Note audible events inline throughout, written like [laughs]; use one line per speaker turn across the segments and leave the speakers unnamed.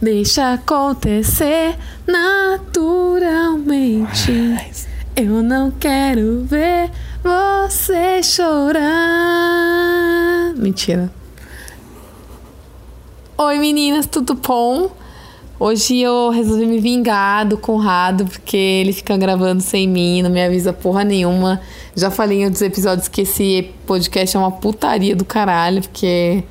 Deixa acontecer naturalmente. Eu não quero ver você chorar. Mentira. Oi meninas, tudo bom? Hoje eu resolvi me vingar do Conrado, porque ele fica gravando sem mim, não me avisa porra nenhuma. Já falei em outros episódios que esse podcast é uma putaria do caralho, porque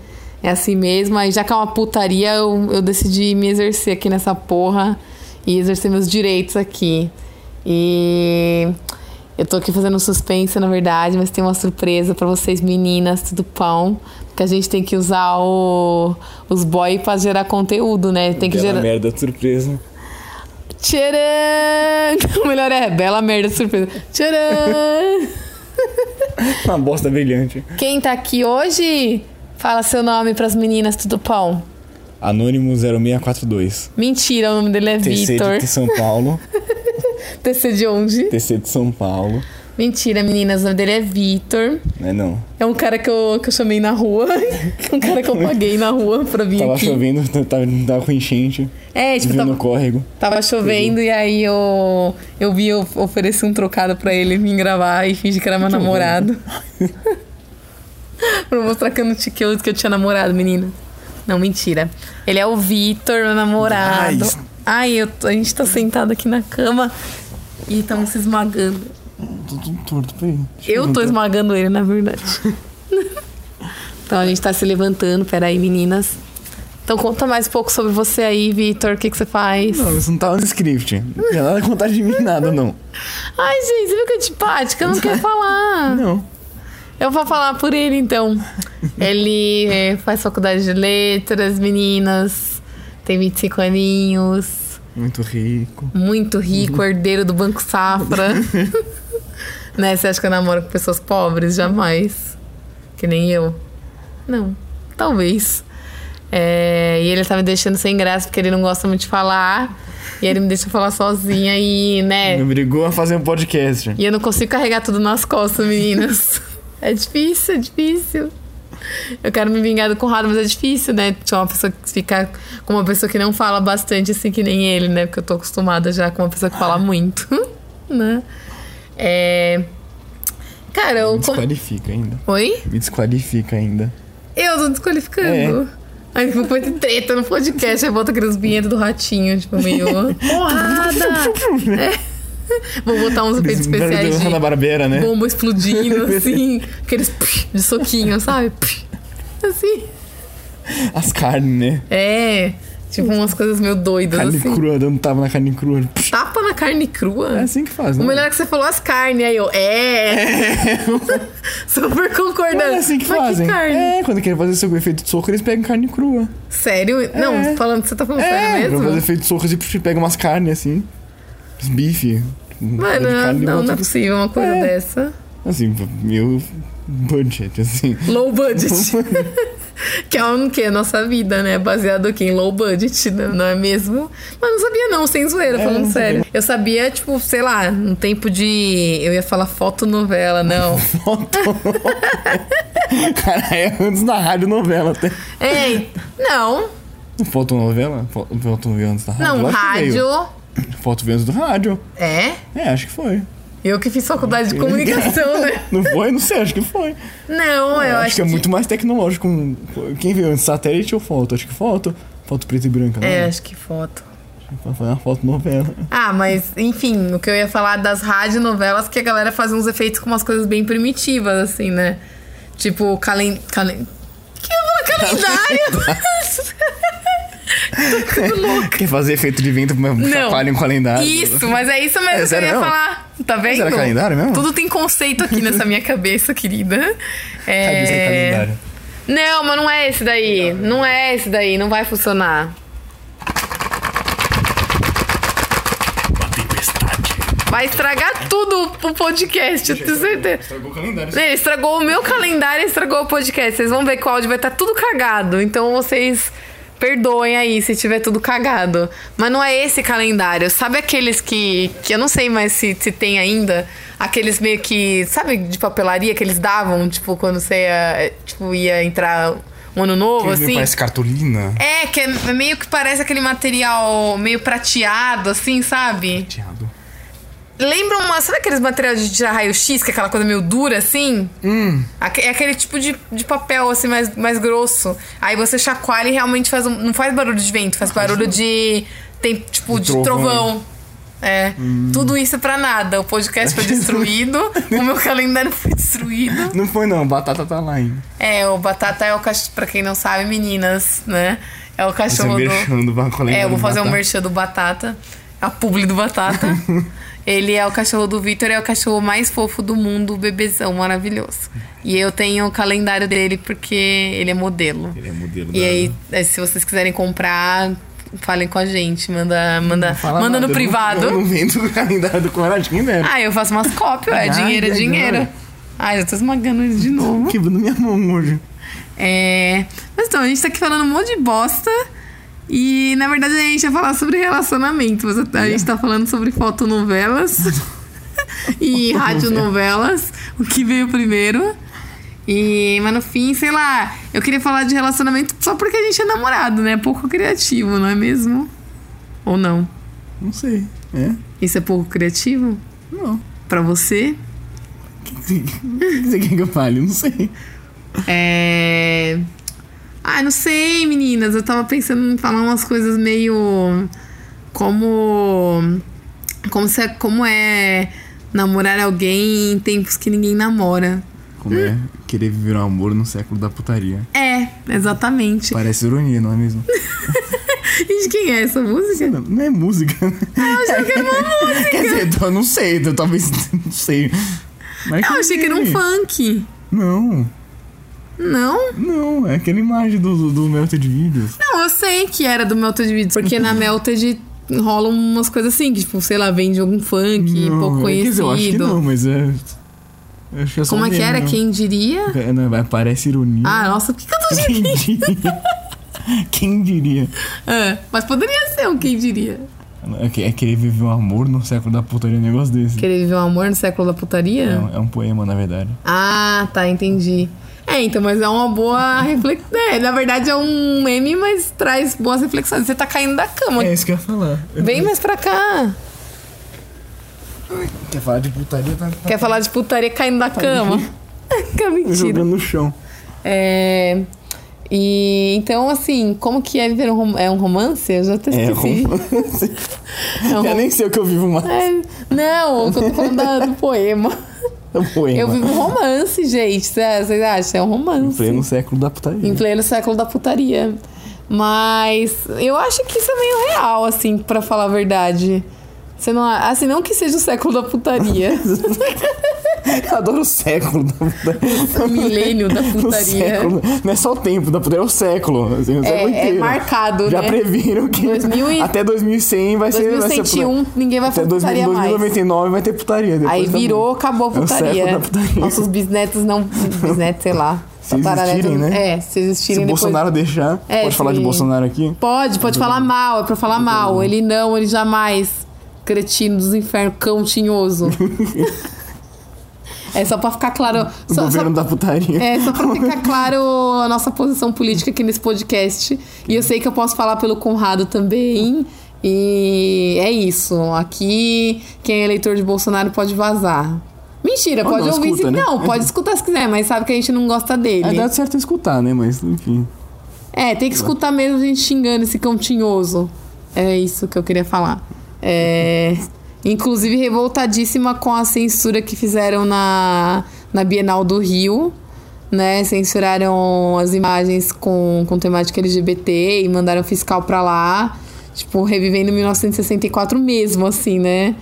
é assim mesmo. Aí já que é uma putaria, eu, eu decidi me exercer aqui nessa porra e exercer meus direitos aqui. E eu tô aqui fazendo um suspense, na verdade, mas tem uma surpresa pra vocês, meninas, tudo pão. Porque a gente tem que usar o- os boy pra gerar conteúdo, né? Tem que
Bela
gerar.
merda de surpresa. [laughs]
Tcharam! [laughs] O melhor é bela merda surpresa. Tcharam!
Uma bosta brilhante.
Quem tá aqui hoje? Fala seu nome pras meninas, tudo pão.
Anônimo 0642.
Mentira, o nome dele é
TC
Vitor.
de São Paulo.
TC de onde?
TC de São Paulo.
Mentira, meninas, o nome dele é Vitor.
Não é não.
É um cara que eu, que eu chamei na rua. [laughs] um cara que eu paguei na rua pra vir
Tava
aqui.
chovendo, [laughs] tava, tava com enchente.
É, tipo,
viu
tava,
no córrego.
tava chovendo e aí eu, eu vi, eu ofereci um trocado pra ele vir gravar e fingi que era meu
[laughs]
namorado. pra mostrar que eu não tinha, que eu, que eu tinha namorado, menino. Não, mentira. Ele é o Vitor, meu namorado.
Nice.
Ai, eu tô- a gente tá sentado aqui na cama e estamos se esmagando.
Tô tudo torto pra ele.
Eu tô esmagando ele, na verdade. então a gente tá se levantando, peraí, meninas. Então conta mais um pouco sobre você aí, Vitor. O que, que você faz?
Não, isso não tava no script. Não tinha nada a contar de mim, nada, não.
Ai, gente, você viu que é antipática? Eu não quero falar.
Não.
Eu vou falar por ele, então. Ele é, faz faculdade de letras, meninas. Tem 25 aninhos.
Muito rico.
Muito rico, herdeiro do Banco Safra. né? Você acha que eu namoro com pessoas pobres? Jamais. Que nem eu. Não. Talvez. É, e ele tá me deixando sem graça porque ele não gosta muito de falar. E ele me deixa falar sozinha e, né?
Me obrigou a fazer um podcast.
E eu não consigo carregar tudo nas costas, meninas. É difícil, é difícil. Eu quero me vingar do Conrado, mas é difícil, né? Tinha uma pessoa que fica com uma pessoa que não fala bastante, assim que nem ele, né? Porque eu tô acostumada já com uma pessoa que fala muito, [laughs] né? É. Cara, eu.
Me
com-
desqualifica ainda.
Oi?
Me desqualifica ainda.
Eu tô desqualificando. Aí tipo, foi de treta no podcast, aí bota aqueles vinhedos do ratinho, tipo, meio.
[laughs]
Porrada!
Né?
É. Vou botar uns efeitos especiais. de-
Hanna Barbera, né?
bomba
[laughs]
explodindo, assim, aqueles psh, de soquinho, sabe? Psh, assim.
As carnes, né?
É, tipo umas coisas meio doidas,
Carne
assim.
crua, dando tava na carne crua. Psh,
Tapa na carne
É
crua?
assim que faz,
O
né?
melhor é que você falou as carnes, aí eu, é! [laughs] Super concordante.
Não é assim que
Mas
fazem.
que carne?
É, quando querem fazer seu efeito de soco, eles pegam carne crua.
Sério?
É.
Não, falando, você tá falando sério
pra fazer
mesmo?
efeito de soco, eles tipo, pegam umas carnes assim. Uns bife. um bolo de
Mano, não,
carne e
não,
botam-
é possível uma coisa
É.
dessa.
Assim, meu budget, assim. [laughs]
Low budget. [laughs] que é um que é a nossa vida, né? Baseado aqui em low budget, né? não é mesmo? Mas não sabia não, sem zoeira,
É,
falando
não sabia.
sério. Eu sabia, tipo, sei lá, um tempo de... Eu ia falar fotonovela,
[laughs]
não.
Cara, é antes da rádio novela até.
Ei, não.
Foto novela? Foto novela antes da rádio?
Não,
Lógico Ah, que
rádio...
veio. Foto veio antes do rádio.
É?
É, acho que foi.
Eu que fiz faculdade de comunicação,
[laughs]
né?
Não foi? Não sei, acho que foi.
Não, [laughs] eu acho,
que é muito mais tecnológico. um, Quem veio antes, satélite ou foto? Acho que foto. Foto preta e branca,
É,
né?
acho que foto.
Foi uma foto novela.
Ah, mas enfim, o que eu ia falar das radionovelas que a galera faz uns efeitos com umas coisas bem primitivas, assim, né? Tipo, calen... calen... Que eu vou calendário?
[laughs]
Tô louca.
Quer fazer efeito de vento pra
Não.
chacoalha um
[laughs]
calendário?
Isso, mas é isso mesmo
É,
que eu
sério
ia
mesmo?
falar. Tá vendo?
era calendário mesmo?
Tudo tem conceito aqui nessa minha cabeça, querida.
Ah, isso é
É...
calendário.
Não, mas não é esse daí. Não é esse daí, não vai funcionar. Vai estragar tudo o podcast, eu tenho certeza.
Estragou o calendário.
Ele estragou o meu calendário, e estragou o podcast. Vocês vão ver que o áudio vai estar tudo cagado. Então vocês perdoem aí se tiver tudo cagado. Mas não é esse calendário. Sabe aqueles que. que eu não sei mais se, se tem ainda. Aqueles meio que. Sabe, de papelaria que eles davam, tipo, quando você ia, tipo, ia entrar um ano novo,
Aquele
assim.
Parece cartolina.
É, que é meio que parece aquele material meio prateado, assim, sabe?
Tiado.
Lembra uma. Sabe aqueles materiais de tirar raio-x, que é aquela coisa meio dura, assim?
Hum.
Aque- É aquele tipo de, de papel, assim, mais, mais grosso. Aí você chacoalha e realmente faz um, não faz barulho de vento, faz barulho de. Tem, tipo,
De
de,
um trovão. Hum.
trovão. É. Tudo isso pra nada. O podcast
[laughs]
foi destruído, o meu calendário foi destruído.
Não foi não, batata tá lá ainda.
É, o Batata é o cachorro. Pra quem não sabe, meninas, né? É o
Você
cachorro do.
merchando o banco
É, eu vou fazer um
merchan.
merchan do Batata. A publi do
[laughs]
Batata. Ele é o cachorro do Vitor, é o cachorro mais fofo do mundo, o bebezão maravilhoso. E eu tenho o calendário dele porque ele é modelo.
Ele é modelo
E
da-
aí, é, se vocês quiserem comprar, falem com a gente, manda, manda,
Fala
manda
nada,
no
eu não-
privado.
Eu não vendo o calendário do Coradinho, né?
Ah, eu faço umas cópias, é
Caralho,
dinheiro, é
agora.
dinheiro. Ai, eu tô esmagando isso de novo.
Quebrando minha mão hoje.
É. Mas então, a gente tá aqui falando um monte de bosta. E na verdade a gente ia falar sobre relacionamento, mas a, a gente tá falando sobre fotonovelas [laughs] e radionovelas, o que veio primeiro. E, mas no fim, sei lá, eu queria falar de relacionamento só porque a gente é namorado, né? É pouco criativo, não é mesmo? Ou não?
Não sei. É?
Isso é pouco criativo?
Não.
Pra você?
O que, que, que você quer que eu fale? Não sei.
É. Ah, não sei, meninas. Eu tava pensando em falar umas coisas meio. Como. Como, se, como é namorar alguém em tempos que ninguém namora. Hum?
Como é querer viver o amor no século da putaria?
É, exatamente.
Parece ironia, não é mesmo?
E de quem é essa música?
Não, não é música, né? Ah, eu achei que
um-
era uma música. Quer dizer, eu não sei, eu talvez. [laughs] Não sei. Mas
Não, eu achei que era um
sei.
funk.
Não,
Não?
não, é aquela imagem do, do, do Melted Videos.
Não, eu sei que era do Melted Beats, porque na Melted rolam umas coisas assim, que, tipo, sei lá, vem de algum funk
não,
pouco
é, quer dizer,
conhecido.
eu acho que não, mas é. eu Acho que é só
como é que
mesmo,
era?
não.
Quem diria?
É, Não, mas parece ironia.
Ah, nossa, por que, que eu tô de
Quem diria? Quem diria?
É, mas poderia ser um quem diria.
É que- é querer viver o amor no século da putaria, um negócio desse.
Querer viver um amor no século da putaria?
É, um- é um poema, na verdade.
Ah, tá, entendi. É, então, mas é uma boa reflexão. É, na verdade é um meme, mas traz boas reflexões. Você tá caindo da cama.
É isso que eu ia falar.
Vem mais pra cá.
Quer falar de putaria? Tá, tá
Quer falar de putaria caindo da cama? [laughs] que é mentira.
jogando no chão.
É. E então, assim, como que é viver um, rom- é um romance? Eu já até
É,
esqueci.
[laughs] romance.
É um
Eu
rom-
nem sei o que eu vivo mais.
É, não, eu tô falando da- do poema.
É um poema.
Eu vivo um romance, gente. Vocês acham? É um
Em
romance.
pleno século da putaria.
Em pleno século da putaria. Mas eu acho que isso é meio real, assim, pra falar a verdade. Você não, a- assim, não que seja o século da putaria.
[laughs] Eu adoro o século da putaria.
[laughs] [laughs] o milênio da
[laughs] O
putaria.
século. Não é só o tempo da putaria, é o século. assim, o século
é
inteiro.
marcado,
Já
né?
previram que
2000 e-
até 2100 vai ser... vai ser putaria.
2101, ninguém vai
Até
fazer um putaria
2000,
mais.
2099 vai ter putaria. depois
Aí
tá bom.
virou, acabou a
É o
putaria.
século da putaria.
Nossos bisnetos [laughs] não. Bisnetos, sei lá.
Se
Tataranetos-
existirem, né?
É, se
Se
existirem
o
depois.
Bolsonaro deixar...
É,
pode falar de
se-
Bolsonaro aqui?
Pode, pode falar mal, é pra falar mal. Ele não, ele jamais. Cretino dos infernos, cão
[laughs]
tinhoso. é só pra ficar claro.
O
Só, só-
governo da putaria.
é, só pra ficar claro a nossa posição política aqui nesse podcast. E eu sei que eu posso falar pelo Conrado também. E é isso. Aqui, quem é eleitor de Bolsonaro pode vazar. Mentira,
Ou
pode
não,
ouvir
escuta,
se.
né?
Não, pode escutar se quiser, mas sabe que a gente não gosta dele.
É, dá certo escutar, né? Mas, enfim...
É, tem que escutar mesmo a gente xingando esse cão tinhoso. É isso que eu queria falar. É, inclusive, revoltadíssima com a censura que fizeram na, na Bienal do Rio. Né, censuraram as imagens com, com temática LGBT e mandaram fiscal pra lá. Tipo, revivendo 1964 mesmo, assim, né?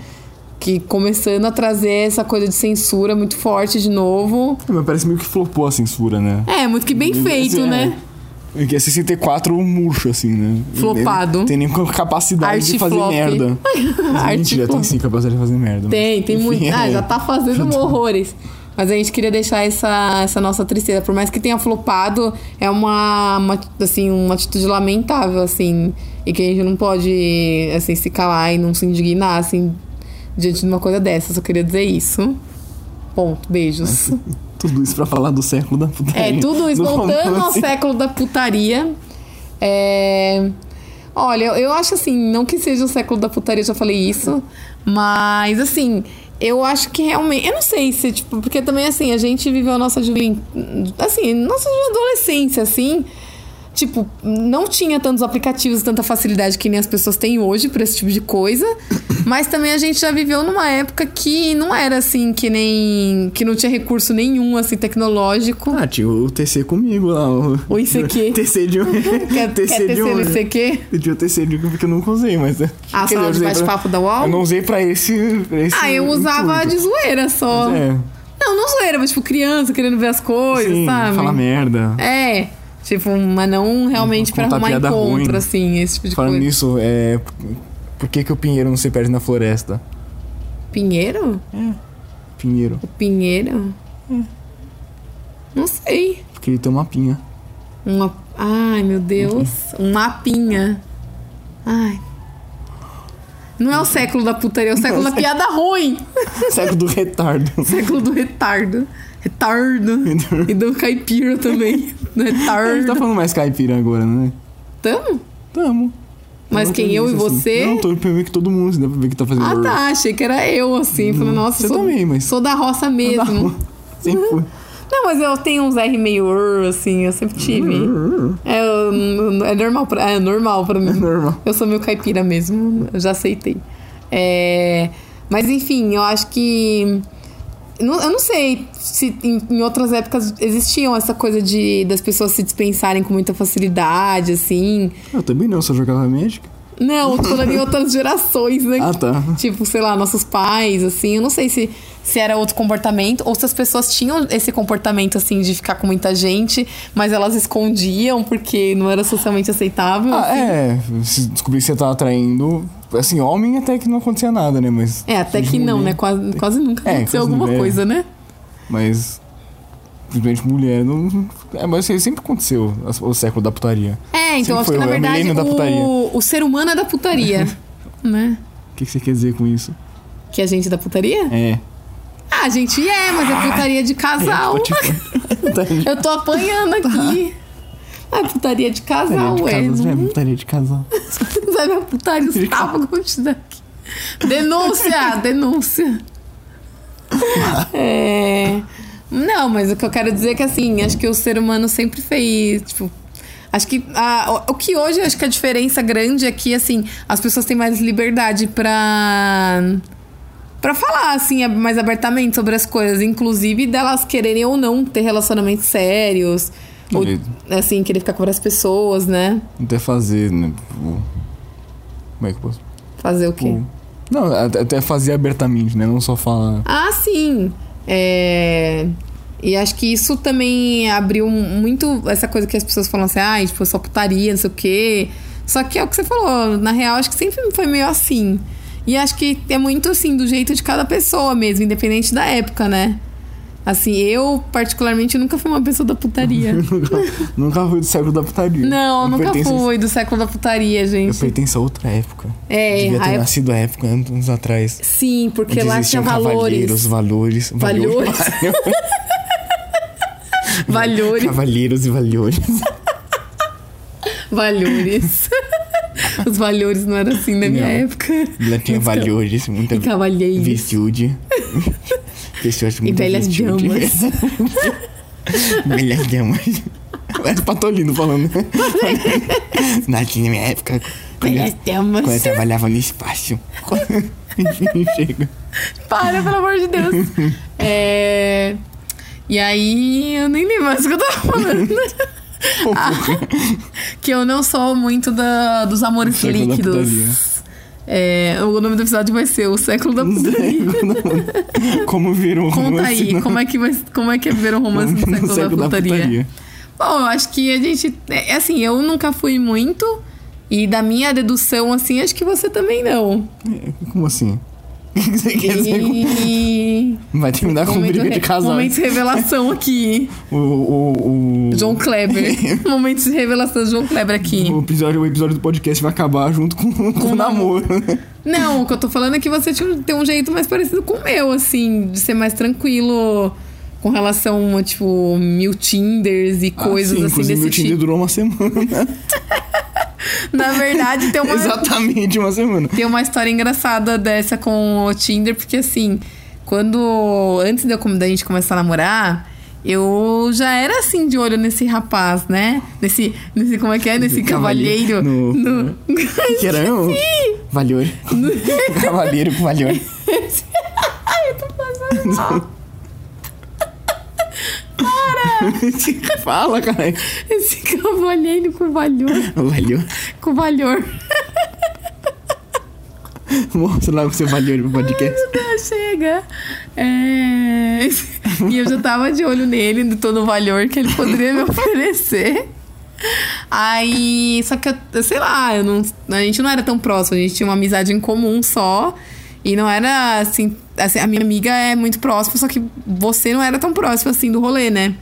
Que começando a trazer essa coisa de censura muito forte de novo.
É, Mas parece meio que flopou a censura, né?
É, muito que bem feito,
Assim,
né?
É, que é 64 murcho, assim, né?
Flopado.
Não Tem nem capacidade de
Arte
fazer
flop. [laughs]
merda.
Arte
Mentira,
flop.
tem sim capacidade de fazer merda. mas-
Tem, tem
enfim,
muito. Ah,
é.
já tá fazendo horrores. Mas a gente queria deixar essa, essa nossa tristeza. Por mais que tenha flopado, é uma, uma, assim, uma atitude lamentável, assim. E que a gente não pode, assim, se calar e não se indignar, assim, diante de uma coisa dessa. Só queria dizer isso. Ponto. Beijos.
[laughs] Tudo isso pra falar do século da putaria.
É, tudo isso
[laughs] Do
voltando ao
romance.
século da putaria. É... Olha, eu- eu acho assim, não que seja o século da putaria, já falei isso, mas assim, eu acho que realmente, eu não sei se tipo, porque também assim, a gente viveu a nossa juventude, assim, nossa adolescência assim, tipo, não tinha tantos aplicativos, tanta facilidade que nem as pessoas têm hoje pra esse tipo de coisa, [coughs] mas também a gente já viveu numa época que não era assim que nem que não tinha recurso nenhum assim tecnológico.
Ah, tinha o TC comigo lá. O,
O ICQ.
[laughs] TC de um.
Quer, quer ter
um.
CNCQ?
Eu tinha o TC de um porque eu nunca usei, mas. né?
A
Quer dizer,
sala Ah,
eu
de
usei pra-
bate-papo da UOL?
Eu não usei pra esse. pra esse
Ah, eu usava
intuito.
de zoeira só.
É.
Não, não zoeira, mas tipo criança querendo ver as coisas,
Sim,
sabe?
falar merda.
É. Tipo, mas não realmente pra
Contar
arrumar
piada
encontro,
ruim.
assim, esse tipo de
Falando
coisa.
nisso, é. Por que, que o pinheiro não se perde na floresta?
Pinheiro?
Pinheiro.
O Pinheiro? Não sei.
Porque ele tem uma pinha. [laughs]
Uma. Ai, meu Deus. Um mapinha. Ai. Não é o século da putaria, é o século da piada ruim. É
Cego do
[laughs]
retardo.
Século do retardo. Retardo. E do caipira também. [laughs] é Do
A gente tá
retardo.
falando mais caipira agora, né?
Tamo?
Tamo.
Mas
Não
quem,
tem
eu e
isso, assim.
você?
Não, tô pra ver que todo mundo, dá pra ver que tá fazendo.
Ah tá, achei que era eu, assim. Falei, nossa,
Você
sou,
também, mas-
sou da roça
Tá
mesmo.
bom. Sempre foi.
Não, mas eu tenho uns R meio "r", assim, eu sempre tive. É, eu- é normal pra, é normal pra mim.
É normal.
Eu sou meio caipira mesmo, eu já aceitei. É, mas enfim, eu acho que. não- Eu não sei se em, em outras épocas existiam essa coisa de das pessoas se dispensarem com muita facilidade, assim.
Eu também não, só jogava Magic.
Não, eu tô falando em outras gerações, né?
Ah, tá.
Tipo, sei lá, nossos pais, assim. Eu não sei se, se era outro comportamento ou se as pessoas tinham esse comportamento, assim, de ficar com muita gente, mas elas escondiam porque não era socialmente aceitável.
Ah,
assim.
é. Se descobrir que você tá atraindo. Assim, homem até que não acontecia nada, né? Mas.
É, até que não, né? Quase, quase nunca
É,
aconteceu
quase
alguma
nunca, é.
coisa, né?
Mas. Simplesmente mulher não. É, mas isso sempre aconteceu as- o século da putaria.
É, então
Sempre
acho
foi
que na
o
verdade
milênio da putaria.
o, o ser humano é da
[laughs]
putaria, né?
O que, que você quer dizer com isso?
Que a gente é da putaria?
É.
Ah, a gente é, mas é putaria de casal.
Tipo, [laughs] Putaria
Eu tô apanhando
[laughs]
aqui. Ah, é putaria de casal,
de
ué.
casal.
não-
É, Tá. putaria de casal.
[laughs] Sabe a putaria, os tapas que eu vou te dar aqui. Denúncia, denúncia. É... Não, mas o que eu quero dizer é que assim, acho que o ser humano sempre fez, tipo, acho que a- o- o que hoje eu acho que a diferença grande é que assim, as pessoas têm mais liberdade pra Pra falar assim ab- mais abertamente sobre as coisas, inclusive delas quererem ou não ter relacionamentos sérios, ou
Beleza.
assim, querer ficar com várias pessoas, né?
Até fazer, né? o- Como é que eu posso?
Fazer o quê?
o- Não, até até fazer abertamente, né? Não
[laughs]
só falar.
Ah, sim. É... E acho que isso também abriu muito essa coisa que as pessoas falam assim, ai, tipo, só putaria, não sei o quê. Só que é o que você falou, na real, acho que sempre foi meio assim. E acho que é muito assim, do jeito de cada pessoa mesmo, independente da época, né? Assim, eu, particularmente, nunca fui uma pessoa da
[laughs]
putaria.
Nunca fui do século da putaria.
não,
Eu
nunca
pertenço-
fui do século da putaria,
Eu
gente.
pertenço a outra época.
É,
Devia
a
ter
época-
nascido a época, anos atrás.
Sim, porque
onde
lá tinha
existiam
valores.
cavalheiros, valores.
Valores.
[laughs]
Valores.
Cavalheiros e valores.
[laughs] Valores. Os valores não eram assim na minha
Não.
época.
Lá
Então,
tinha valores, muita
E cavalheiros. [laughs]
virtude. Pessoas com
E
muita
velhas
virtude.
damas.
[laughs] velhas damas. Era o
[laughs]
Patolino falando. Na minha época, quando
Velhas
eu,
damas.
quando eu trabalhava
[laughs]
no espaço. Enfim, chega.
Para, pelo amor de Deus. [laughs] É... E aí, eu nem lembro mais o que eu tava [laughs] falando. Ah, que eu não sou muito da, dos amores
Século da putaria.
líquidos. É, o nome do episódio vai ser O [laughs] Século da Putaria.
Como virou um assim,
Conta
né? romance
aí,
no-
como é, que vai, como é que é ver um romance [laughs] no
no
século, da putaria? Bom, eu acho que a gente. É assim, eu nunca fui muito. E da minha dedução, assim, acho que você também não.
É, Como assim? [laughs] O que você quer dizer? [laughs] com-
E.
Vai terminar com briga de
re-
casal.
momento de revelação aqui.
O, o, o,
João
[laughs]
Kleber. Momentos de revelação de João Kleber aqui.
o, episódio, o episódio do podcast vai acabar junto com, [laughs] com, o namoro.
Não, o que eu tô falando é que você tinha um- tem um jeito mais parecido com o meu, assim, de ser mais tranquilo com relação a, tipo, mil Tinders e
Ah,
coisas
sim,
assim
inclusive
desse
meu Tinder
tipo.
durou uma semana.
Na verdade,
[laughs]
tem uma,
Exatamente uma semana.
Tem uma história engraçada dessa com o Tinder, porque assim, quando. Antes de eu, da gente começar a namorar, eu já era assim de olho nesse rapaz, né? Nesse. nesse como é que é? Nesse
Cavalheiro.
cavalheiro.
No-
no- [laughs]
Que era eu? Valor. Cavaleiro com valor.
Ai, eu tô passando.
[laughs] Fala, cara.
Esse cavalheiro com valor.
Valor.
Com valor.
Mostra lá o seu valor pro podcast.
Ah, Chega. É... [laughs] E eu já tava de olho nele, de todo o valor que ele poderia me [laughs] oferecer. Aí, só que eu, eu sei lá, eu não, a gente não era tão próximo, a gente tinha uma amizade em comum só. E não era assim, assim, a minha amiga é muito próxima, só que você não era tão próximo assim do rolê, né?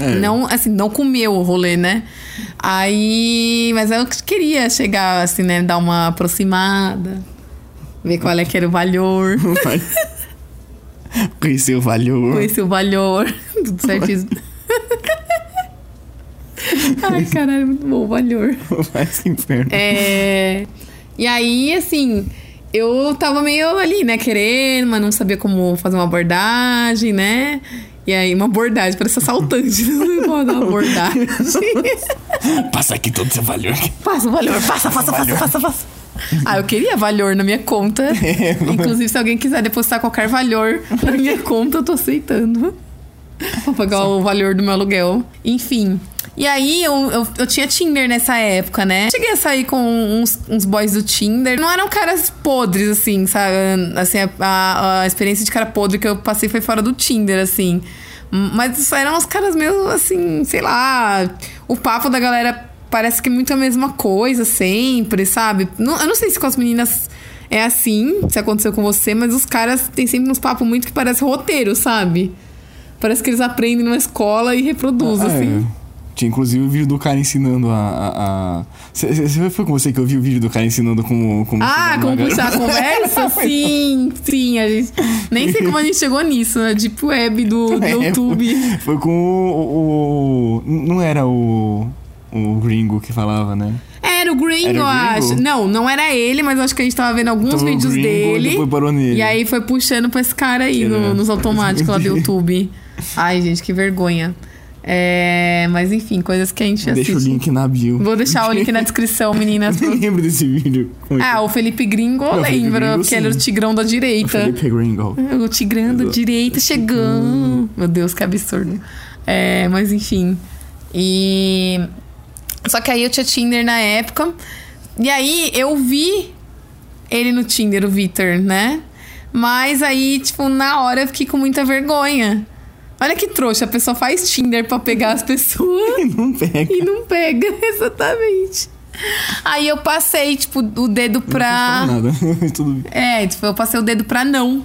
É.
Não, assim, não comeu o rolê, né? Aí. Mas eu queria chegar, assim, né? Dar uma aproximada. Ver qual é que era o valor.
Conheceu o valor.
Conheci o valor. [laughs] Tudo certinho. Ai, caralho, muito bom o valor.
Vai se inferno.
É. E aí, assim, eu tava meio ali, né, querendo, mas não sabia como fazer uma abordagem, né? E aí, uma abordagem, parece assaltante. [laughs] Uma [laughs] abordagem.
Passa aqui todo o seu valor.
Passa o valor, passa, passa, passa, passa, passa. Ah, eu queria valor na minha [laughs] conta. Inclusive, se alguém quiser depositar qualquer valor na minha conta, eu tô aceitando. [laughs] Vou pagar o valor do meu aluguel. Enfim. E aí, eu, eu, eu tinha Tinder nessa época, né? Cheguei a sair com uns, uns boys do Tinder. Não eram caras podres, assim, sabe? Assim, a, a- a experiência de cara podre que eu passei foi fora do Tinder, assim. Mas eram os caras mesmo, assim, sei lá. O papo da galera parece que é muito a mesma coisa sempre, sabe? Não- eu não sei se com as meninas é assim, se aconteceu com você, mas os caras têm sempre uns papos muito que parece roteiro, sabe? Parece que eles aprendem numa escola e
É,
reproduzem, assim.
Tinha inclusive o vídeo do cara ensinando a- a. a... Cê- cê- cê- foi com você que eu vi o vídeo do cara ensinando como. como
Ah,
chegar
como
numa [laughs]
puxar a conversa? sim, sim, a gente. Nem sei como a gente chegou nisso, né? Deep web
[laughs]
do, do
garota. É,
YouTube.
foi- Foi com o, o- Não era o. O gringo que falava, né?
Era o Gringo,
Era o
eu acho.
Gringo?
Não, não era ele, mas eu acho que a gente tava vendo alguns
Então, o
vídeos
gringo
dele.
depois parou nele.
E aí foi puxando pra esse cara aí no-
É.
nos automáticos
[laughs]
lá do YouTube. Ai, gente, que vergonha. É, mas enfim, coisas que a gente
Deixa o
assiste.
link na bio.
Vou deixar o link na descrição, meninas.
[laughs] Eu lembro desse vídeo. Como é que-
Ah, o Felipe Gringo eu
Não, o Felipe
lembro,
Gringo,
porque ele era o
sim.
tigrão da direita. [laughs]
Felipe Gringo.
O Tigrão da
Exato. Uhum.
direita chegando. Meu Deus, que absurdo. É, mas enfim. E. Só que aí eu tinha Tinder na época. E aí eu vi ele no Tinder, o Vitor, né? Mas aí, tipo, na hora eu fiquei com muita vergonha. Olha que trouxa, a pessoa faz Tinder pra pegar as pessoas
[laughs] Não pega.
e não pega, [laughs] exatamente. Aí eu passei, tipo, o dedo pra.
Não funciona nada. [laughs] Tudo bem.
É, tipo, eu passei o dedo pra não.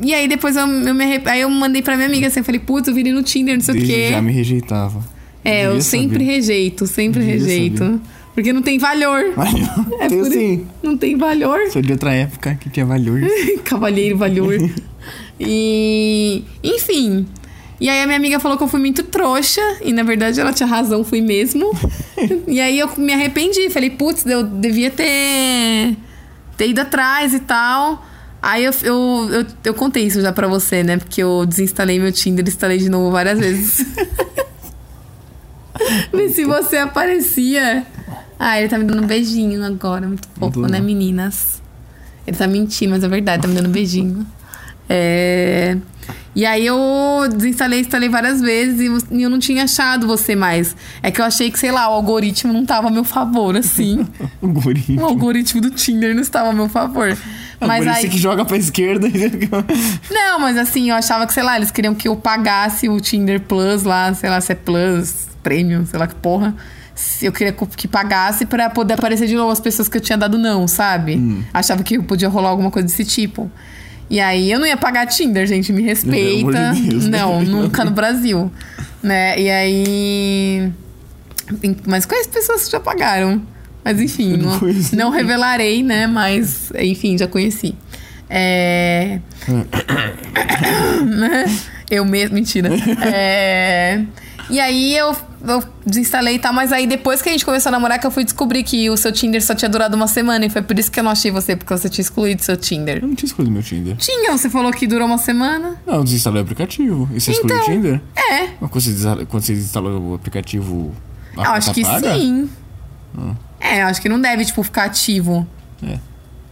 E aí depois eu, eu me arrep... aí eu mandei pra minha amiga assim, eu falei, putz, eu virei no Tinder, não sei o
Desde
quê.
já me rejeitava.
É, eu
Devia
sempre
saber.
rejeito, sempre
Devia
rejeito.
saber.
Porque não tem valor.
Valeu.
É
eu
por-
sim.
Não tem valor.
Sou de outra época que
[laughs]
tinha valor.
Cavalheiro valor. E. Enfim. E aí a minha amiga falou que eu fui muito trouxa. E na verdade ela tinha razão, fui mesmo. e aí eu me arrependi. Falei, putz, eu devia ter. ter ido atrás e tal. Aí eu, eu, eu, eu contei isso já pra você, né? Porque eu desinstalei meu Tinder, instalei de novo várias vezes. Mas se você aparecia. Ah, ele tá me dando um beijinho agora, muito fofo,
Muito
né,
bom.
meninas? Ele tá mentindo, mas é verdade, tá me dando um beijinho. É. E aí eu desinstalei, instalei várias vezes e vo- e eu não tinha achado você mais. É que eu achei que, sei lá, o algoritmo não tava a meu favor,
[laughs]
assim.
O Um guri.
o algoritmo do Tinder não estava a meu favor. Mas
Agora
aí.
esse que joga pra esquerda. [laughs]
Não, mas assim, eu achava que, sei lá, eles queriam que eu pagasse o Tinder Plus lá, sei lá se é Plus, Premium, sei lá que porra. Se Eu queria que pagasse pra poder aparecer de novo as pessoas que eu tinha dado não, sabe?
Hum.
Achava que podia rolar alguma coisa desse tipo. E aí eu não ia pagar Tinder, gente, me respeita.
amor de Deus, né?
não, nunca no Brasil. Né? E aí. Mas quais pessoas que já pagaram? Mas enfim,
não
não,
conheço
não revelarei, né? Mas, enfim, já conheci. É. né? Eu mesmo, mentira. é... E aí eu, eu desinstalei e tal, mas aí depois que a gente começou a namorar, que eu fui descobrir que o seu Tinder só tinha durado uma semana e foi por isso que eu não achei você, porque você tinha excluído seu Tinder.
Eu não tinha escolhido meu Tinder.
Tinha, você falou que durou uma semana.
Não, eu desinstalei o aplicativo. E você escolheu o
Então,
Tinder?
É.
Mas quando você desinstala- quando você desinstalou o aplicativo. a
Eu acho
conta
que
tá paga? Hum.
sim. É, eu acho que não deve, tipo, ficar ativo.
É.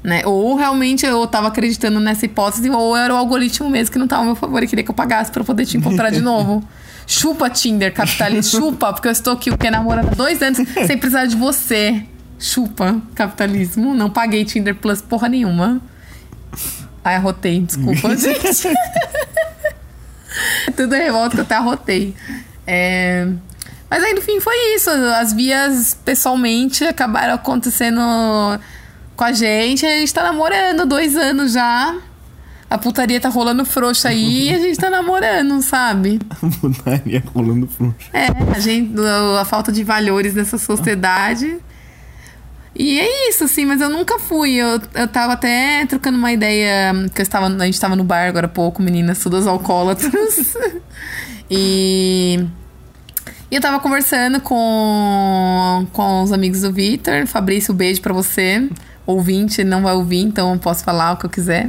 Né? Ou realmente eu tava acreditando nessa hipótese, ou era o algoritmo mesmo que não tava ao meu favor e queria que eu pagasse pra eu poder te encontrar
[laughs]
de novo. Chupa, Tinder, capitalista. Chupa, porque eu estou aqui o que namorando há dois
[laughs]
anos sem precisar de você. Chupa, capitalismo. Não paguei Tinder Plus porra nenhuma. Ai, arrotei,
[laughs]
desculpa, gente. [laughs] Tudo é revolta que eu até arrotei. É, Mas aí, no fim, foi isso. As vias, pessoalmente, acabaram acontecendo com a gente. A gente tá namorando dois anos já. A putaria tá rolando frouxa aí e a gente tá namorando, sabe?
Putaria rolando frouxo.
É, a, gente, a falta de valores nessa sociedade. E é isso, assim, mas eu nunca fui. Eu, eu tava até trocando uma ideia, hum, que eu estava, a gente tava no bar agora há pouco, meninas, todas alcoólatras. [laughs] e. E eu tava conversando com, com os amigos do Vitor. Fabrício, um beijo pra você. Ouvinte, ele não vai ouvir, então eu posso falar o que eu quiser.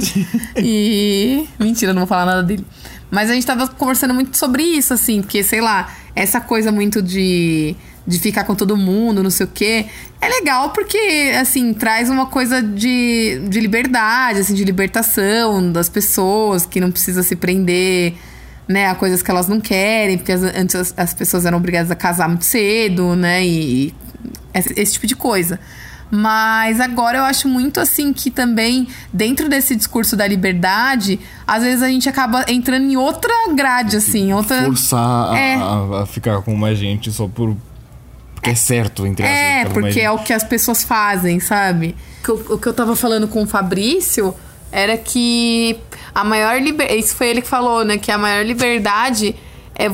e. Mentira, eu não vou falar nada dele. Mas a gente tava conversando muito sobre isso, assim, porque, sei lá, essa coisa muito de. De ficar com todo mundo, não sei o quê. É legal porque, assim, traz uma coisa de, de liberdade, assim, de libertação das pessoas, que não precisa se prender né, a coisas que elas não querem, porque as- antes as, as pessoas eram obrigadas a casar muito cedo, né, e, e esse, esse tipo de coisa. Mas agora eu acho muito assim que também, dentro desse discurso da liberdade, às vezes a gente acaba entrando em outra grade, assim, outra.
Forçar a,
É.
a- a ficar com mais gente só por. Porque é certo, entre aspas.
É,
ficar com mais
porque é
gente.
o que as pessoas fazem, sabe? O que eu- O que eu tava falando com o Fabrício era que a maior liberdade. Isso foi ele que falou, né? Que a maior liberdade é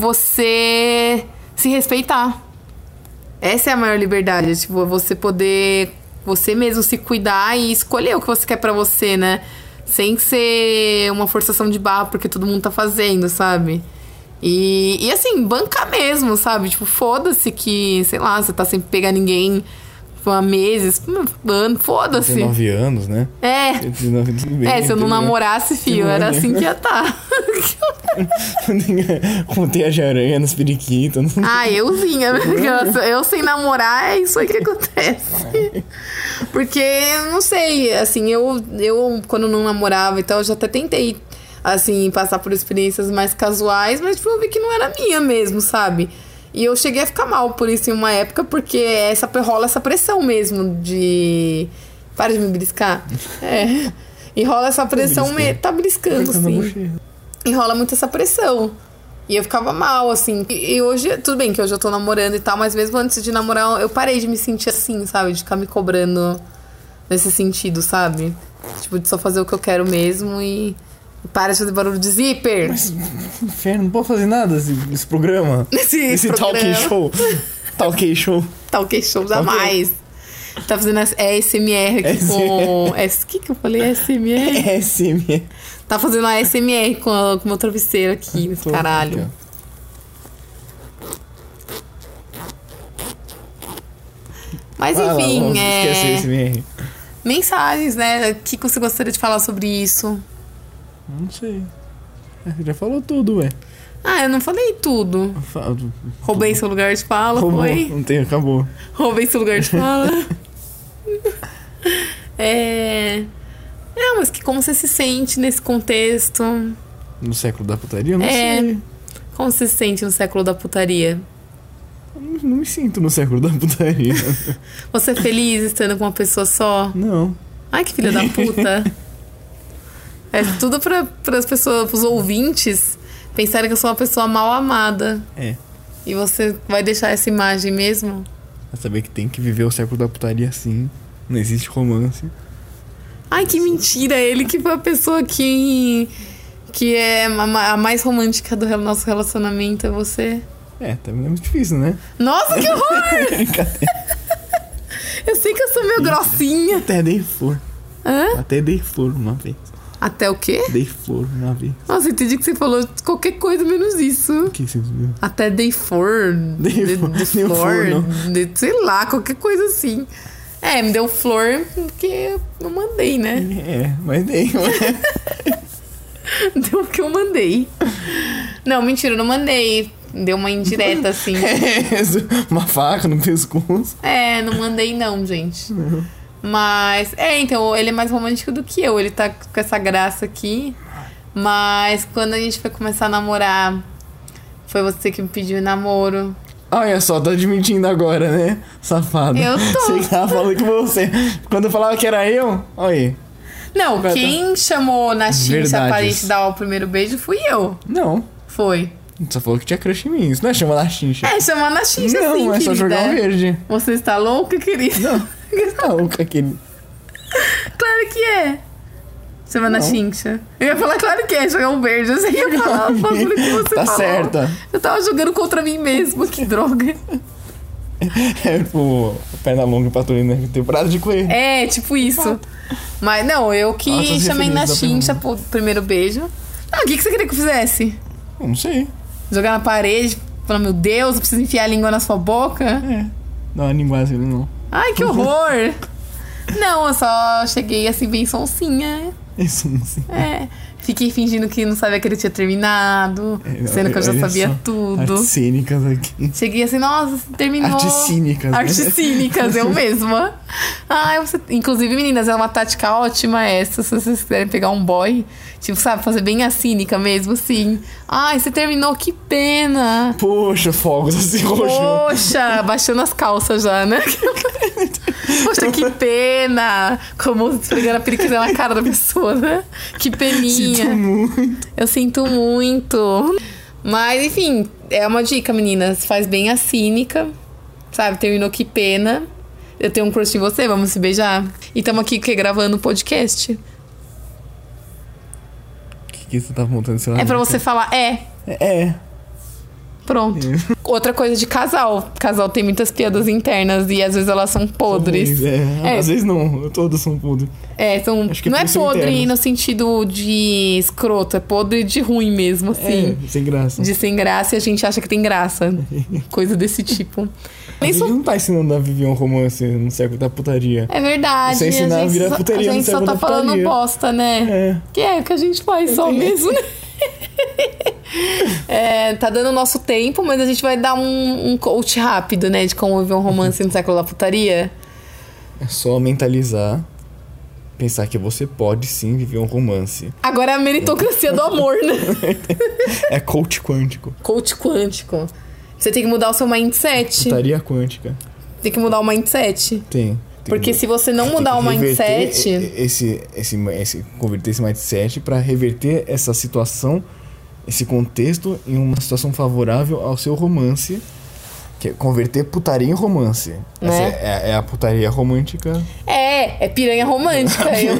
você se respeitar. Essa é a maior liberdade, é, tipo, você poder você mesmo se cuidar e escolher o que você quer pra você, né? Sem ser uma forçação de barra porque todo mundo tá fazendo, sabe? E, e assim, bancar mesmo, sabe? Tipo, foda-se que, sei lá, você tá sem pegar ninguém tipo, há meses, ano,
Tem
foda-se.
nove anos, né?
É.
Tem 19, tudo bem.
É, se eu não
entendeu?
namorasse,
Que
fio, era
bom, né?
assim que ia estar.
[laughs] Contei a de aranha nos
[laughs]
periquitos. não-
Ah, eu vinha. Eu, eu sem namorar, é isso aí que acontece. Porque, eu não sei, assim, eu, eu quando não namorava e tal, eu já até tentei, assim, passar por experiências mais casuais, mas tipo, eu vi que não era minha mesmo, sabe? E eu cheguei a ficar mal por isso em uma época, porque é essa rola essa pressão mesmo de. Para de me beliscar. É. E rola essa pressão. Me...
beliscando.
Tá beliscando,
[laughs] Tá na
sim
bochecha.
enrola muito essa pressão. E eu ficava mal, assim. E, e hoje, tudo bem que hoje eu tô namorando e tal, mas mesmo antes de namorar, eu parei de me sentir assim, sabe? De ficar me cobrando nesse sentido, sabe? Tipo, de só fazer o que eu quero mesmo e. e Para de fazer barulho de zíper! [laughs]
Inferno, não pode fazer nada esse, esse programa.
Esse
esse talk
programa.
show. talk show.
Tá ok, show
Tá ok.
jamais. Tá fazendo as- é SMR aqui com.
[laughs]
O que, que eu falei? SMR?
SM.
Tá fazendo a SMR com, a, com o meu travesseiro aqui, nesse caralho. Mas enfim, é.
Esquece SMR.
Mensagens, né? O que que você gostaria de falar sobre isso?
Não sei. É, Você já falou tudo, ué.
Ah, eu não falei tudo.
Fa-
Roubei seu lugar de fala,
Acabou.
foi?
Não tem, acabou.
Roubei seu lugar de fala. é. Não, mas que como você se sente nesse contexto?
No século da putaria, eu não
É.
sei.
Como você se sente no século da putaria?
Eu Não, não me sinto no século da putaria.
[laughs] Você é feliz estando com uma pessoa só?
não.
Ai, que filha da puta. É tudo para as pessoas, pros ouvintes pensarem que eu sou uma pessoa mal amada.
É.
E você vai deixar essa imagem mesmo?
É saber que tem que viver o século da putaria assim. Não existe romance.
Ai, que mentira! Ele que foi a pessoa que. que é a ma- a mais romântica do rel- nosso relacionamento, é você.
É, também é muito difícil, né?
Nossa, que horror!
Brincadeira.
[laughs] Eu sei que eu sou meio grossinha.
Até dei flor.
Hã?
Até dei flor uma vez.
Até o quê?
Dei flor na vez.
Nossa, entendi que você falou qualquer coisa menos isso.
O que você viu?
Até day four.
Day
de-
four.
de
Deu
flor,
flor,
de- sei lá, qualquer coisa assim. É, me deu flor porque eu mandei, né?
É, mas dei.
[laughs] Deu o que eu mandei. Não, mentira, eu não mandei. Deu uma indireta,
[laughs]
assim.
É, Uma faca no pescoço.
É, não mandei não, gente. Mas, é, então, ele é mais romântico do que eu. Ele tá com essa graça aqui. Mas quando a gente foi começar a namorar, foi você que me pediu em namoro.
Olha só, tá admitindo agora, né? Safado.
Eu tô.
Você tava falando que você. Quando eu falava que era eu, olha aí.
Não,
Vai, tá.
quem chamou na Xincha pra
Verdades.
gente dar o primeiro beijo fui eu.
Não.
Foi.
Só falou que tinha crush em mim. Isso não é chama da chincha.
É, né? chamar na Xincha,
não,
sim,
é só
querida.
jogar um verde.
Você está louca, querida?
Não. Tá louco aquele.
Claro que é. Chamar na
Não.
Xincha. Eu ia falar, claro que é, jogar um verde. Eu sei que ia falar o bagulho que você
Tá
falou.
certa.
Eu tava jogando contra mim mesmo, que droga.
É, tipo, perna longa pra Turina, temporada de coelho.
É, tipo isso. Mas não, eu que
Nossa, eu
chamei
feliz
na
da
chincha pro primeiro beijo. Ah, o que, que você queria que eu fizesse?
Eu Não sei.
Jogar na parede? Falar, meu Deus, eu preciso enfiar a língua na sua boca?
É. Dá uma linguagem ali, não.
Ai,
[laughs]
que horror! não, eu só cheguei assim, bem sonsinha.
Isso, não sei.
É. Fiquei fingindo que não sabia que ele tinha terminado,
É,
sendo que eu já
olha
sabia
só,
tudo.
Artes cênicas aqui.
Cheguei assim, nossa, você terminou.
Artes cínicas, né?
Artes cínicas, eu mesma. [laughs] Ah, Ai, você... Inclusive, meninas, é uma tática ótima essa. Se vocês quiserem pegar um boy, tipo, sabe, fazer bem a cínica mesmo, assim. Ai, você terminou, que pena.
Poxa, fogos [laughs] assim, roxo.
Poxa, baixando as calças já,
[laughs]
né? Poxa, que pena. Como esfregando a periquita na cara da pessoa, né? Que peninha.
Sinto muito.
Eu sinto muito. Mas, enfim, é uma dica, meninas. Faz bem a cínica, sabe? Terminou que pena. Eu tenho um crush em você, vamos se beijar. E estamos aqui o quê? gravando o podcast.
O que, que você tá apontando seu
é pra
lado?
você falar, é,
É.
pronto. Outra coisa de casal. Casal tem muitas piadas internas e às vezes elas são podres.
Ruins, É.
É.
Às vezes não, todos são podres.
É, são,
Acho que é
não é
por isso
podre
interno.
no sentido de escroto, é podre de ruim mesmo, assim.
É, sem graça.
De sem graça e a gente acha que tem
[laughs]
graça. Coisa desse tipo.
A
Nem
gente
sou
não tá ensinando a viver um romance no século da putaria.
É verdade.
Sem ensinar,
a gente
vira
só-
putaria,
A
não
gente só
serve
tá
pra
falando
putaria.
bosta, né?
É.
Que é o que a gente faz só
Entendi.
mesmo, né? [laughs] É, tá dando o nosso tempo, mas a gente vai dar um, um coach rápido, né? De como viver um romance no século da putaria.
É só mentalizar. Pensar que você pode sim viver um romance.
Agora é a meritocracia do amor, né?
É coach quântico.
[laughs] Coach quântico. Você tem que mudar o seu mindset.
Putaria quântica.
Tem que mudar o mindset.
Tá. Tem. tem
Porque
que-
se você não
tem
mudar
que
o
reverter
mindset.
e- Esse, esse, esse, converter esse mindset pra reverter essa situação, esse contexto, em uma situação favorável ao seu romance. Que é converter putaria em romance. Essa
Né?
é, é a putaria romântica.
É, é piranha
[laughs]
romântica. Eu,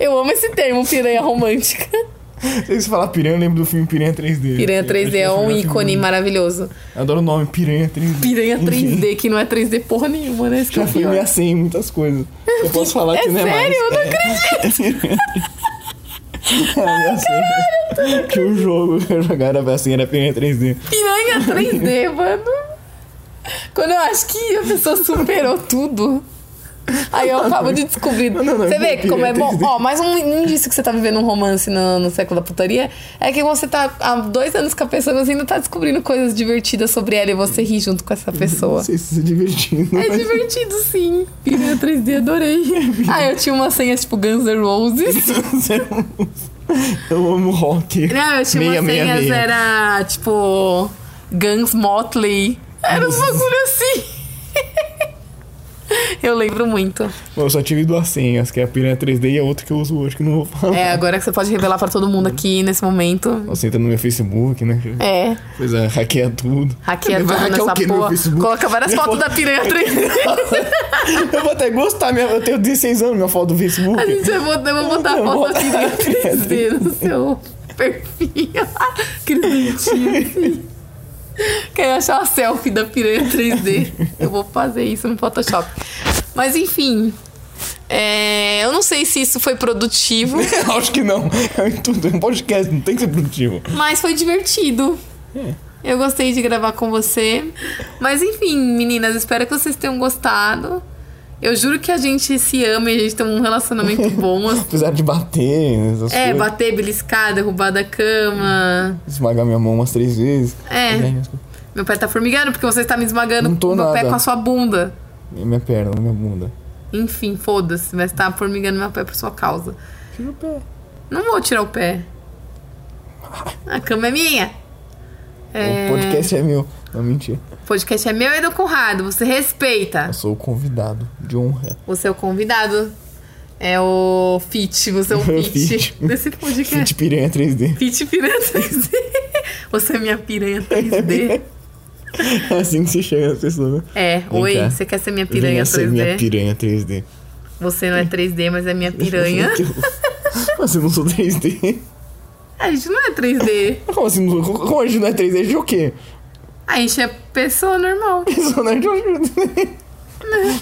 eu amo esse termo, piranha romântica.
Se você falar piranha, eu lembro do filme Piranha 3D.
Piranha
Eu acho que
3D é
o
um
melhor filme
ícone
do mundo.
maravilhoso.
Eu Adoro o nome, Piranha 3D.
Piranha
Enfim.
3D, que não é 3D porra nenhuma, né? Isso que é
Já
o pior.
fui em muitas
[laughs]
coisas. Eu posso falar
É
que não é mais. É
sério?
[laughs]
Eu não
acredito. É, é Tinha um jogo [laughs] que eu jogava era assim, era Piranha 3D. [laughs]
Piranha 3D, mano. Quando eu acho que a pessoa superou tudo. Aí eu acabo de descobrir.
Ah, Não, não, não,
você
não,
vê
não,
como é
não,
bom.
não, não.
Ó, mais um indício que você tá vivendo um romance no, no século da putaria é que você tá há dois anos com a pessoa, mas ainda tá descobrindo coisas divertidas sobre ela e você ri junto com essa pessoa.
Não sei se isso é divertido.
É
mas-
divertido, sim. Piranha 3D, adorei. Ah, eu tinha umas senhas tipo Guns N' Roses.
[laughs] Eu amo rock.
Não, eu tinha
Meia,
umas
meia,
senhas,
meia.
era tipo Guns Motley. Era um bagulho assim. [laughs] eu lembro muito.
Eu só tive duas senhas, que é a Piranha 3D e a outra que eu uso hoje, que eu não vou falar.
É, agora que você pode revelar pra todo mundo aqui nesse momento.
Você entra no meu Facebook, né?
É,
Pois é, hackeia tudo.
hackeia tudo
Vai hackear
nessa
o quê no meu
porra.
Facebook?
Coloca várias
Minha
fotos
foto-
da piranha 3D.
[laughs] Eu vou até gostar, minha... eu tenho 16 anos, minha foto do Facebook.
A gente vai botar, eu vou botar a
Eu
foto
vou
da piranha
botar a
3D no seu perfil. Que bonitinho, assim. Quero achar uma selfie da piranha 3D. Eu vou fazer isso no Photoshop. Mas enfim. É, eu não sei se isso foi produtivo,
Eu [laughs] acho que não. É um tudo, é um podcast, não tem que ser produtivo.
mas foi divertido.
É.
Eu gostei de gravar com você. Mas enfim, meninas, espero que vocês tenham gostado. Eu juro que a gente se ama e a gente tem um relacionamento bom. assim.
Apesar de bater, essas
É,
coisas,
bater, beliscar, derrubar da cama.
esmagar minha mão umas três vezes.
É.
Né, as coisas.
Meu pé tá formigando porque você está me esmagando
Não tô
meu pé
nada.
com a sua bunda.
E minha perna, minha bunda.
Enfim, foda-se, vai estar formigando meu pé por sua causa.
Tira o pé.
Não vou tirar o pé. A cama é minha. É,
O podcast é meu. Não, mentira.
o podcast é meu e do Conrado. Você respeita.
Eu sou o convidado de honra.
[laughs] Você é o convidado. É o fit, você é
[laughs]
o fit
Fit.
desse podcast.
Fit piranha 3D.
Fit piranha [laughs] 3D. Você é minha piranha
[laughs]
3D.
É assim que se chega nas pessoas, né?
É,
Vem
oi,
cá.
você quer ser minha piranha
Venha ser
3D?
minha piranha 3D.
Você não é 3D, mas é minha piranha.
Mas assim eu não sou 3D.
A gente não é 3D.
Como assim? não- Como a gente não é 3D? A gente é o quê?
A gente é pessoa normal.
Personagem de um Mas a gente
Né?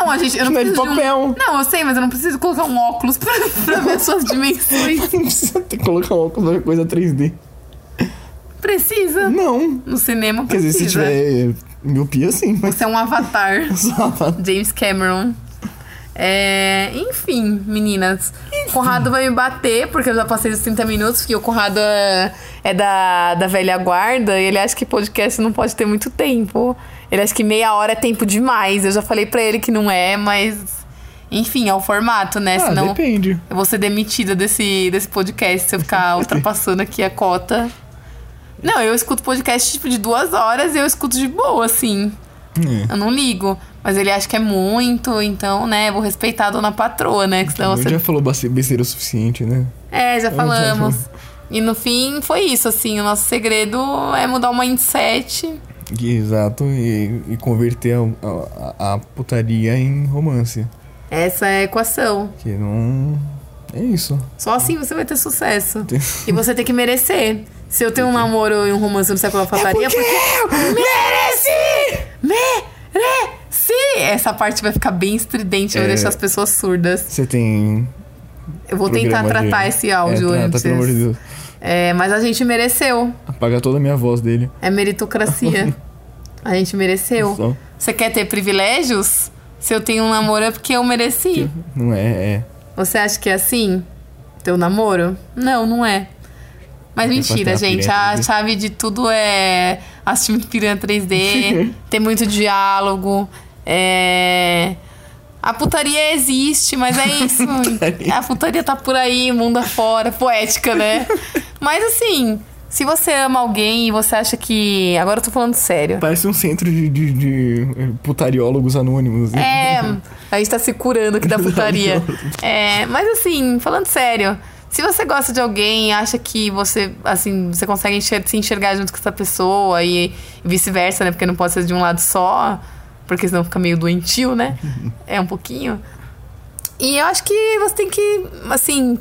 Não, a gente. Eu não
é de
preciso de um-
papel.
Não, eu sei, mas eu não preciso colocar um óculos pra, pra ver suas dimensões.
Não precisa ter, colocar um óculos de coisa 3D.
Precisa.
Não.
No cinema
Quer dizer,
precisa.
se tiver miopia, sim. Mas [laughs]
Você é um avatar.
só
James Cameron. É, enfim, meninas. O Conrado vai me bater, porque eu já passei dos 30 minutos, porque o Conrado é, é da, da velha guarda e ele acha que podcast não pode ter muito tempo. Ele acha que meia hora é tempo demais. Eu já falei pra ele que não é, mas. Enfim, é o formato, né?
Ah,
Senão
depende.
eu vou ser demitida desse, desse podcast se eu
[laughs]
ficar ultrapassando aqui a cota. Não, eu escuto podcast tipo de duas horas e eu escuto de boa, assim.
É.
Eu não ligo. Mas ele acha que é muito, então, né, vou respeitar a dona patroa, né? Que senão
A gente
você...
já falou bace- besteira o suficiente, né?
É, já falamos.
já
E no fim foi isso, assim. O nosso segredo é mudar o mindset.
Que- Exato. E, e converter a, a- a putaria em romance.
Essa é a equação.
Que não. É isso.
Só assim você vai ter sucesso. E você tem que merecer. Se eu tenho um namoro e um romance no século da
É
fataria, porque, eu mereci! Mereci! Essa parte vai ficar bem estridente, eu vou
É.
deixar as pessoas surdas.
Você tem.
Eu vou tentar
programa
tratar
de-
esse áudio
é, trata,
antes.
Pelo amor de Deus.
É, mas a gente mereceu.
Apaga toda a minha voz dele.
É meritocracia. A gente mereceu.
Só.
Você quer ter privilégios? Se eu tenho um namoro é porque eu mereci.
Não é, é.
Você acha que é assim? Teu namoro? Não, não é. Mas
Porque
mentira,
pode ter a
gente.
piranha
A
3D.
chave de tudo é assistir muito piranha [laughs] 3D, ter muito diálogo. É... A putaria existe, mas [laughs] é isso. A putaria tá por aí, mundo afora, poética, [laughs] né? Mas assim, se você ama alguém e você acha que. Agora eu tô falando sério.
Parece um centro de, de, de eh, putariólogos anônimos. né?
É, a gente tá se curando aqui da putaria. É, mas assim, falando sério, se você gosta de alguém, acha que você, assim, você consegue enxer- se enxergar junto com essa pessoa e vice-versa, né? Porque não pode ser de um lado só, porque senão fica meio doentio, né? É um pouquinho. E eu acho que você tem que, assim,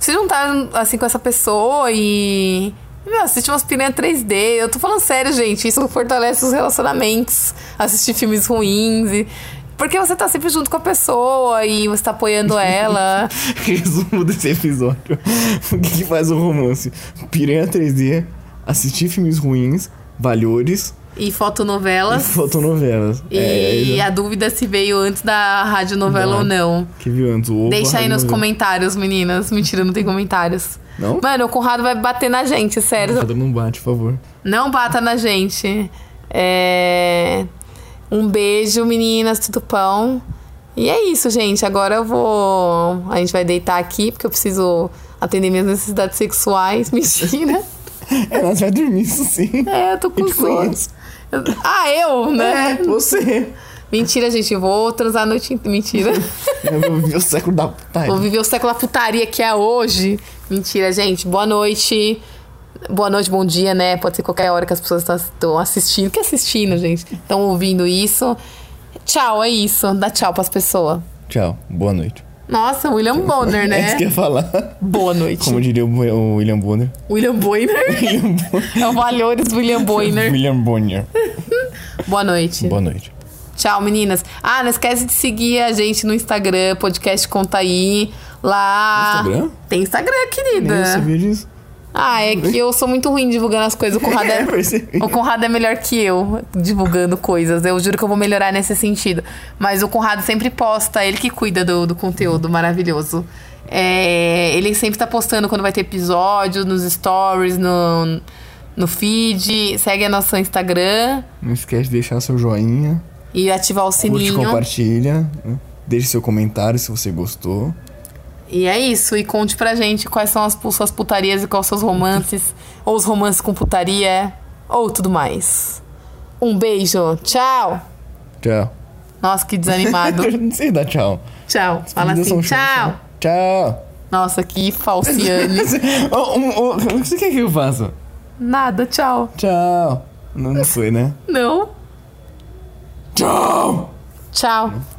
se juntar, assim, com essa pessoa e... Meu, assistir umas piranha 3D. Eu tô falando sério, gente. Isso fortalece os relacionamentos. Assistir filmes ruins e... Porque você tá sempre junto com a pessoa e você tá apoiando ela.
[laughs] Resumo desse episódio. O que, que faz um romance? Piranha 3D, assistir filmes ruins, valores
e
e
fotonovelas.
fotonovelas. É,
E, a dúvida se veio antes da radionovela
Da-
ou não.
Que viu antes? O ovo,
Deixa aí
a
nos
novela.
comentários, meninas. Mentira, não tem comentários.
Não?
Mano, o Conrado vai bater na gente, sério.
Cada um bate, por favor.
Não bata na gente. É... Um beijo, meninas, tudo pão. E é isso, gente. Agora eu vou. A gente vai deitar aqui, porque eu preciso atender minhas necessidades sexuais. [laughs] Mentira.
É, nós vai dormir, isso sim.
É, eu tô
Eu
com
te
sono.
conheço.
Ah, eu, né?
É, você.
Mentira, gente. Eu vou transar a noite. inteira. Mentira.
Eu vou viver o século da putaria.
Vou viver o século da putaria que é hoje. Mentira, gente. Boa noite. Boa noite, bom dia, né? Pode ser qualquer hora que as pessoas estão assistindo. Que é assistindo, gente? Estão ouvindo isso. Tchau, é isso. Dá tchau pras pessoas.
Tchau, boa noite.
Nossa, William Bonner,
É isso que eu
né?
ia falar.
Boa noite.
Como diria o o William Bonner.
[laughs] William Boiner.
[laughs] William Bonner.
É o Valores William Boiner.
William Bonner.
Boa noite.
Boa noite.
Tchau, meninas. Ah, não esquece de seguir a gente no Instagram, podcast Conta Aí. Lá.
Instagram?
Tem Instagram, querida.
Nem sabia disso.
Ah, é que eu sou muito ruim divulgando as coisas. O Conrado é,
[laughs] É, percebi.
o Conrado é melhor que eu divulgando coisas. Eu juro que eu vou melhorar nesse sentido. Mas o Conrado sempre posta, ele que cuida do, do conteúdo maravilhoso. É, ele sempre tá postando quando vai ter episódio, nos stories, no, no feed. Segue a nossa Instagram
Não esquece de deixar seu joinha,
e ativar o sininho.
curte, compartilha, né? deixe seu comentário se você gostou.
E é isso, e conte pra gente quais são as pu- suas putarias e quais são os romances, ou os romances com putaria, ou tudo mais. Um beijo, tchau!
Tchau.
Nossa, que
[laughs]
desanimado.
não sei dar tchau.
[laughs] tchau. Fala
Dá só
assim,
um chão,
tchau! Né?
Tchau.
Nossa, que falciane.
[laughs] Ô, um, ô, o que você quer que eu faça?
[laughs] Nada, tchau.
Tchau. Não, não foi, né?
Não,
Tchau!
tchau.